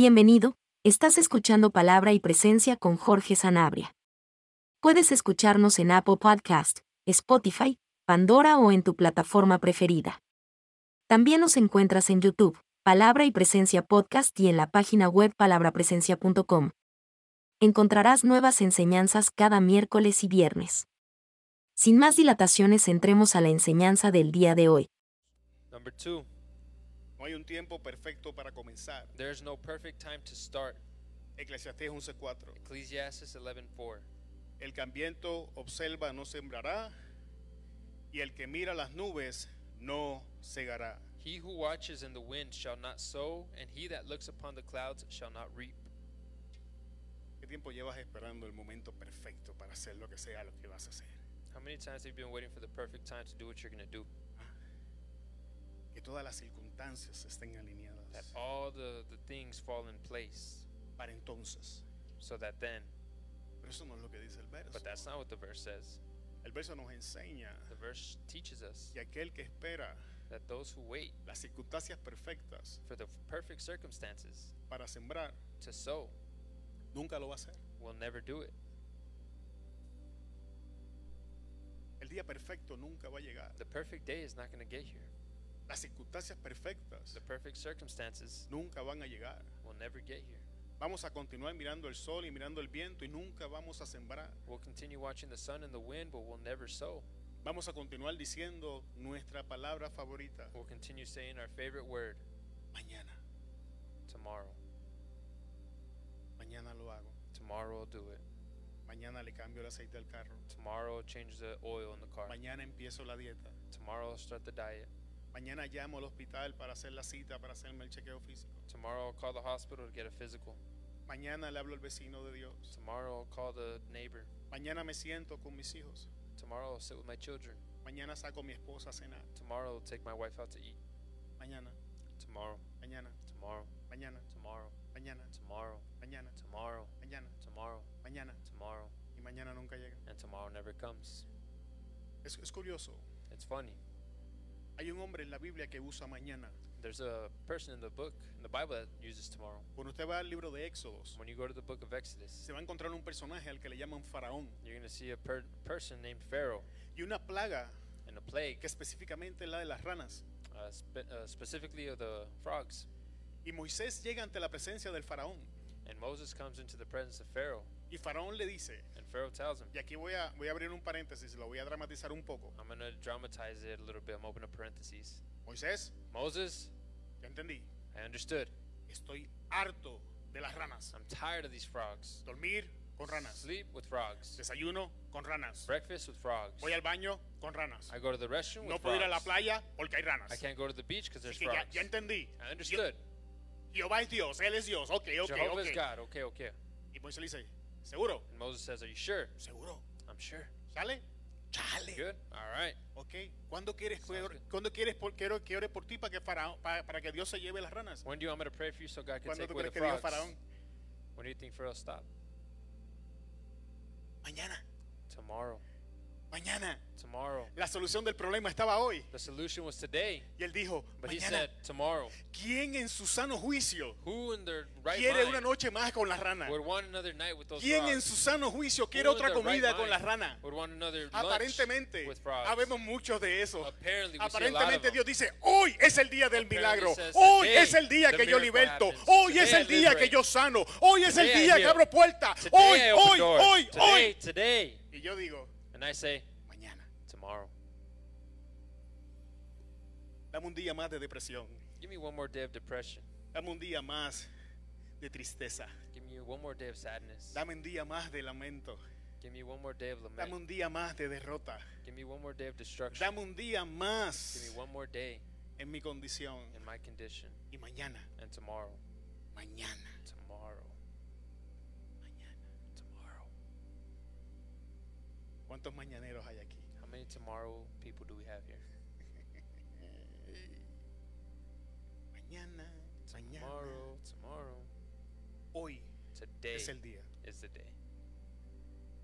Bienvenido, estás escuchando Palabra y Presencia con Jorge Sanabria. Puedes escucharnos en Apple Podcast, Spotify, Pandora o en tu plataforma preferida. También nos encuentras en YouTube, Palabra y Presencia Podcast y en la página web palabrapresencia.com. Encontrarás nuevas enseñanzas cada miércoles y viernes. Sin más dilataciones, entremos a la enseñanza del día de hoy. Number two, No hay un tiempo perfecto para comenzar. there's no perfect time to start. Eclesiastés 11:4. Ecclesiastes 11:4. El que hambriento observa no sembrará, y el que mira las nubes no cegará. He who watches in the wind shall not sow, and he that looks upon the clouds shall not reap. ¿Qué tiempo llevas esperando el momento perfecto para hacer lo que sea lo que vas a hacer? How many times have you been waiting for the perfect time to do what you're going to do? Que todas las circunstancias estén alineadas That all the, the things fall in place, para entonces. so that then. Pero eso no es lo que dice el verso. But that's not what the verse says. El verso nos enseña The verse teaches us que aquel que espera that those who wait las circunstancias perfectas for the perfect circumstances para sembrar to sow nunca lo va a hacer. will never do it. El día perfecto nunca va a llegar. The perfect day is not going to get here. Las circunstancias perfectas The perfect circumstances nunca van a llegar. will never get here. Vamos a continuar mirando el sol y mirando el viento y nunca vamos a sembrar. We'll continue watching the sun and the wind, but we'll never sow. Vamos a continuar diciendo nuestra palabra favorita. We'll continue saying our favorite word Mañana, tomorrow. mañana lo hago. Tomorrow I'll do it. Mañana le cambio el aceite al carro. Tomorrow I'll change the oil in the car. Mañana empiezo la dieta. Tomorrow I'll start the diet. Mañana llamo al hospital para hacer la cita, para hacerme el chequeo físico. Tomorrow I'll call the hospital to get a physical. Mañana le hablo al vecino de Dios. Tomorrow I'll call the neighbor. Mañana me siento con mis hijos. Tomorrow I'll sit with my children. Mañana saco a mi esposa a cenar. Tomorrow I'll take my wife out to eat. Mañana, Tomorrow, mañana, tomorrow, mañana, tomorrow, mañana, tomorrow, mañana, tomorrow, mañana, tomorrow, mañana. tomorrow, Y mañana nunca llega. and tomorrow never comes. Es, es curioso. It's funny. Hay un hombre en la Biblia que usa mañana. There's a person in the book, in the Bible, that uses tomorrow. Cuando usted va al libro de Éxodos, When you go to the book of Exodus, se va a encontrar un personaje al que le llaman faraón you're going to see a per- person named Pharaoh y una plaga and a plague, que específicamente es la de las ranas. uh, spe- uh, specifically of the frogs. Y Moisés llega ante la presencia del faraón And Moses comes into the presence of Pharaoh, y faraón le dice, and Pharaoh tells him, y aquí voy a, voy a abrir un paréntesis, lo voy a dramatizar un poco. I'm going to dramatize it a little bit. I'm opening parentheses. Moisés, Moses, ya entendí, I understood. estoy harto de las ranas. I'm tired of these frogs. Dormir con ranas, Sleep with frogs. desayuno con ranas, Breakfast with frogs. voy al baño con ranas. I go to the restroom No with puedo ir a la frogs. playa porque hay ranas. I can't go to the beach because there's Así que ya, frogs. ya entendí. I understood. Jehová es Dios, Él es Dios. Ok, ok, Jehovah is ok. God. Okay, okay. Y Moisés le dice, ¿seguro? And Moses says, Are you sure? ¿Seguro? I'm sure. ¿Sale? You Chale. Good? All right. Ok. ¿Cuándo quieres, que, Sounds or- good. ¿cuándo quieres por, quiero, que ore por ti para que, faraón- pa- para, que Dios se lleve las ranas? When do you want me to pray for you so God can ¿Cuándo take tú away crees the que dijo frogs? Faraón? When do you think Pharaoh stopped? Mañana, Tomorrow. mañana. Tomorrow. La solución del problema estaba hoy. The solution was today, Y él dijo, but he mañana, said tomorrow. ¿quién en su sano juicio Who in their right quiere una mind noche más con las ranas? would want another night with those ¿Quién frogs? en su sano juicio quiere Who in otra their right comida con mind las ranas? Would want another lunch Aparentemente, with frogs. habemos muchos de eso. Apparently, we see a lot of Aparentemente them. Dios dice, hoy es el día del Apparently, milagro, it says, hoy "Today es el día the que yo miracle liberto, happens. hoy es Today el I día que liberate. yo sano, hoy es el Today I día que heal. abro puerta, Today hoy, I open hoy, doors. hoy, today, hoy. today. Y yo digo, And I say mañana, tomorrow. dame un día más de depresión, Give me one more day of depression. dame un día más de tristeza, Give me one more day of sadness. dame un día más de lamento, Give me one more day of lament. dame un día más de derrota, Give me one more day of destruction. dame un día Give me más one more day en mi condición. in my condition. Y mañana, And tomorrow. mañana, Tomorrow. mañana. Tomorrow. ¿Cuántos mañaneros hay aquí? How many tomorrow people do we have here? Mañana, mañana. Tomorrow, tomorrow. Hoy Today es el día. is the day.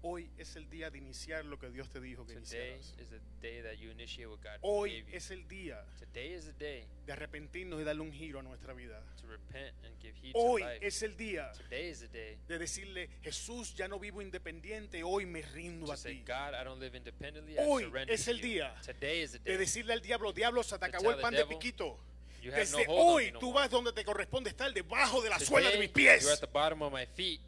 Hoy es el día de iniciar lo que Dios te dijo que Today iniciaras. is the day that you initiate what God Hoy gave you. es el día Today is the day de arrepentirnos y darle un giro a nuestra vida. to repent and give heed Hoy to life. es el día Today is the day de decirle, Jesús, ya no vivo independiente, hoy me rindo a to say, ti. God, I don't live independently. Hoy I surrender es to el you. día Today is the De day. decirle al diablo, diablo, se te To acabó el tell the pan de devil, piquito. You have no Desde hold on me hoy no tú more. vas donde te corresponde estar, debajo de la suela de mis Today, you're at pies. the bottom of my feet.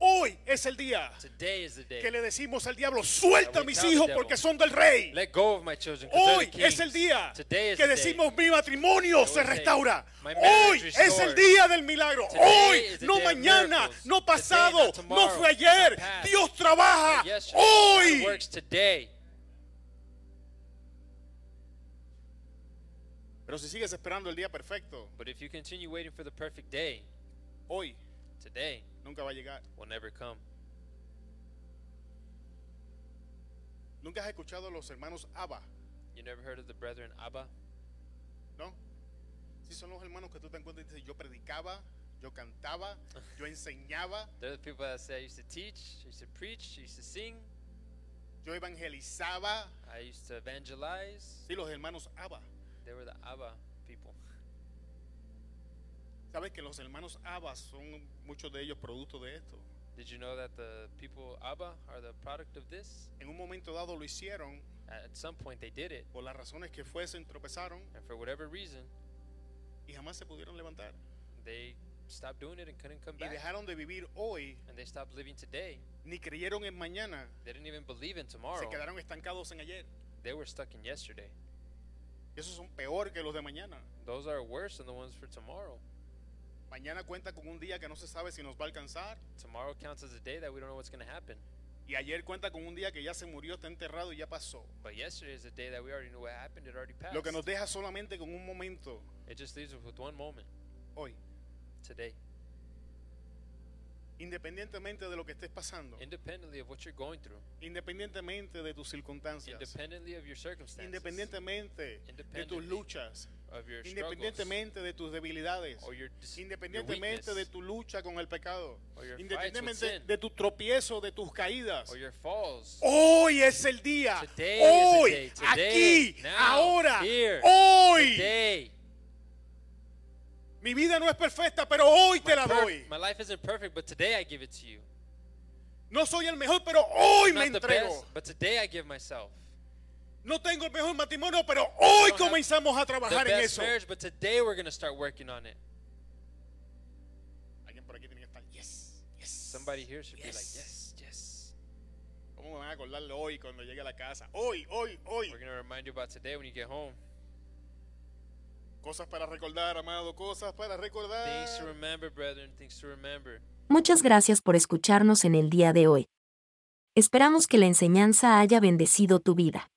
Hoy es el día Today is the day. que le decimos al diablo, suelta a we mis tell the hijos devil, porque son del rey. Let go of my children. 'cause they're Hoy the es el kings. día Today is que the day. decimos mi matrimonio I se will say, restaura. "My marriage Hoy is es el restored." día del milagro. Today Hoy, is the no day of mañana, miracles. no Today, pasado, not no tomorrow, fue ayer. not past. Dios trabaja Yes, "Ah, hoy. God works today. Pero si sigues esperando el día perfecto, But if you continue waiting for the perfect day, hoy today nunca va a llegar. will never come. Nunca has escuchado a los hermanos Abba, You never heard of the brethren Abba? ¿no? Si son los hermanos que tú te encuentras y dices, yo predicaba, yo cantaba, yo enseñaba, They're the people that say I used to teach, I used to preach, I used to sing, yo evangelizaba. I used to evangelize. Sí, los hermanos Abba. They were the Abba people. Sabes que los hermanos Abba son muchos de ellos producto de esto. Did you know that the people Abba are the product of this? En un momento dado lo hicieron At some point they did it, por las razones que fuesen, tropezaron and for whatever reason, y jamás se pudieron levantar. they stopped doing it and couldn't come Y back. dejaron de vivir hoy, And they stopped living today. ni creyeron en mañana, They didn't even believe in se tomorrow. quedaron estancados en ayer. They were stuck in yesterday. Esos son peor que los de mañana. Those are worse than the ones for tomorrow. Mañana cuenta con un día que no se sabe si nos va a alcanzar. Tomorrow counts as a day that we don't know what's going to happen. Y ayer cuenta con un día que ya se murió, está enterrado y ya pasó. But yesterday is a day that we already knew what happened. It already passed. Lo que nos deja solamente con un momento It just leaves us with one moment hoy. today. Independientemente de lo que estés pasando, Independently of what you're going through, independientemente de tus circunstancias, independently of your circumstances, independientemente de tus Independently. luchas, of your struggles, independientemente de tus debilidades, or your dis- your independientemente de weakness, tu lucha con el Or pecado, your fights with independientemente sin. de tus tropiezos, de tus caídas. or your falls. Hoy es el día, Today is the hoy, day. Today, aquí, now, ahora, here, hoy. Today, Mi vida no es perfecta, pero hoy te la my, perf- doy. my life isn't perfect, but today I give it to you. No soy el mejor, pero hoy I'm me not the entrego. best, but today I give myself. No tengo el mejor matrimonio, pero hoy have comenzamos The a trabajar en best eso. marriage, but today we're going to start working on it. Alguien por aquí tiene que estar, yes, yes. Somebody here should be like, yes. yes, yes. ¿Cómo me van a acordarlo hoy cuando llegue a la casa? Hoy, hoy, hoy. We're going to remind you about today when you get home. Cosas para recordar, amado, cosas para recordar. Things to remember, brethren, things to remember. Muchas gracias por escucharnos en el día de hoy. Esperamos que la enseñanza haya bendecido tu vida.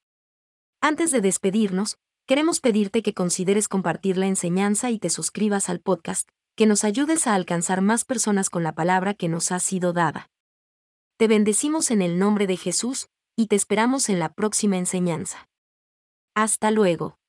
Antes de despedirnos, queremos pedirte que consideres compartir la enseñanza y te suscribas al podcast, que nos ayudes a alcanzar más personas con la palabra que nos ha sido dada. Te bendecimos en el nombre de Jesús, y te esperamos en la próxima enseñanza. Hasta luego.